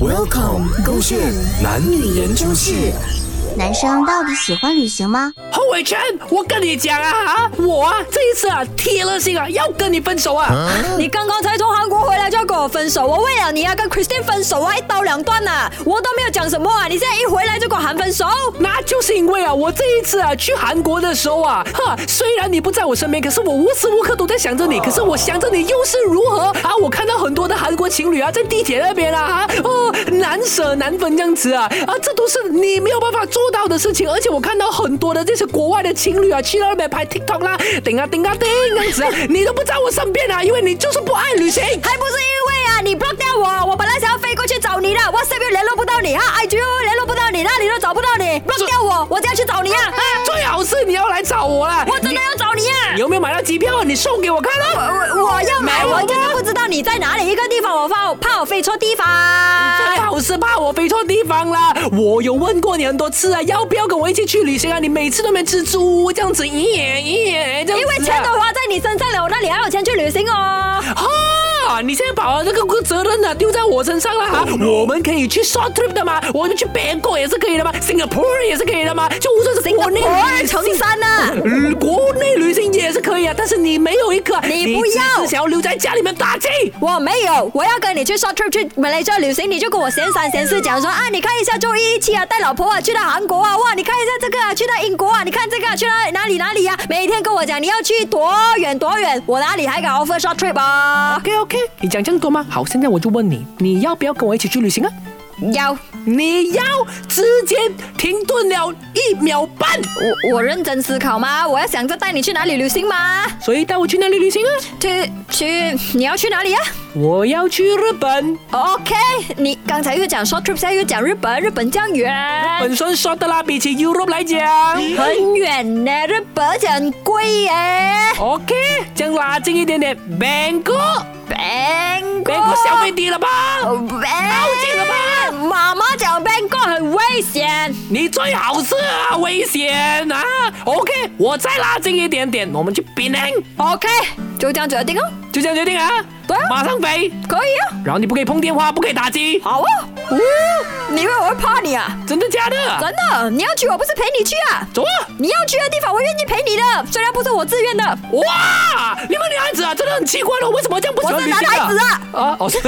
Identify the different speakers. Speaker 1: Welcome，勾线男女研究室。
Speaker 2: 男生到底喜欢旅行吗？
Speaker 3: 侯伟全，我跟你讲啊啊，我啊这一次啊铁了心啊要跟你分手啊！
Speaker 4: 你刚刚才从韩国回来就要跟我分手，我为了你啊跟 Christine 分手啊，一刀两断呐、我都没有讲什么啊，你现在一回来就跟我喊分手，
Speaker 3: 那就是因为啊，我这一次啊去韩国的时候啊，哈，虽然你不在我身边，可是我无时无刻都在想着你，可是我想着你又是如何啊？我看到很多的韩国情侣啊，在地铁那边啊，啊哦，难舍难分这样子啊，啊，这都是你没有办法做到的事情，而且我看到很多的这些国外的情侣啊，去到那边拍 TikTok 啦，顶啊顶啊顶这样子啊，你都不在我身边啊，因为你就是不爱旅行。
Speaker 4: 还不是因为啊你 block 掉我，我本来想要飞过去找你的，WhatsApp 又联络不到你啊，IG 又联络不到你，那里都找不到你
Speaker 3: 这
Speaker 4: ，block 掉我，我就要去找你啊，啊
Speaker 3: 最好是你要来找我啦，
Speaker 4: 我真的要找你啊
Speaker 3: 你！有没有买到机票啊？你送给我看啊！
Speaker 4: 我我要买，
Speaker 3: 没有啊
Speaker 4: 我就是不知道你在哪里一个地方，我怕我怕我飞错地方。
Speaker 3: 最好是啊怕我飞错地方啦！我有问过你很多次啊，要不要跟我一起去旅行啊？你每次都没吃猪这样子，咦耶咦耶这样子啊、
Speaker 4: 因为钱都花在你身上了，我那里还有钱去旅行哦。
Speaker 3: 哎哈，你现在把这个责任呢、丢在我身上了哈、
Speaker 4: 嗯
Speaker 3: 我们可以去 short trip 的吗？我们去别国也是可以的吗？Singapore 也是可以的吗？就无论是国内
Speaker 4: 我
Speaker 3: 旅
Speaker 4: 二乘
Speaker 3: 行
Speaker 4: 三呐、
Speaker 3: 嗯国内旅行也是可以啊，但是你没有一个，
Speaker 4: 你不要
Speaker 3: 只是想要留在家里面打气。
Speaker 4: 我没有，我要跟你去 short trip 去马来西亚旅行，你就跟我闲三闲四讲说啊，你看一下周一一七啊，带老婆啊去到韩国啊，哇，你看一下这个啊，去到英国啊，你看这个、啊、去到哪里哪里呀、啊，每天跟我讲你要去多远多远，我哪里还敢 offer short trip 啊？
Speaker 3: OK OK，你讲这样多吗？好，现在我就问你，你要不要跟我一起去旅行啊？
Speaker 4: 要
Speaker 3: 你要直接停顿了一秒半，
Speaker 4: 我我认真思考吗？我要想着带你去哪里旅行吗？
Speaker 3: 所以带我去哪里旅行啊？
Speaker 4: 去去，你要去哪里呀、啊？
Speaker 3: 我要去日本，
Speaker 4: OK，你刚才又讲 short trip，现在又讲日本，日本这样远，
Speaker 3: 本身说的啦，比起 Europe 来讲
Speaker 4: 很远呢，日本而且很贵耶。
Speaker 3: ，OK，这样拉近一点点，Bangkok，Bangkok 消费低了吧？近了吧
Speaker 4: Bangkok，妈妈讲 Bangkok 很危险，
Speaker 3: 你最好是啊，危险啊，OK，我再拉近一点点，我们去 Penang，
Speaker 4: OK，就这样决定哦，
Speaker 3: 就这样决定啊，
Speaker 4: 对啊
Speaker 3: 马上飞，
Speaker 4: 可以啊，
Speaker 3: 然后你不可以碰电话，不可以打机，
Speaker 4: 好啊，哦，你以为我会怕你啊？
Speaker 3: 真的假的？
Speaker 4: 真的，你要去我不是陪你去啊，
Speaker 3: 走啊！
Speaker 4: 你要去的地方我愿意陪你的，虽然不是我自愿的，
Speaker 3: 哇，你们女孩子啊，真的很奇怪了，为什么这样不喜欢
Speaker 4: 我是
Speaker 3: 旅行
Speaker 4: 男孩子啊
Speaker 3: 啊，哦是。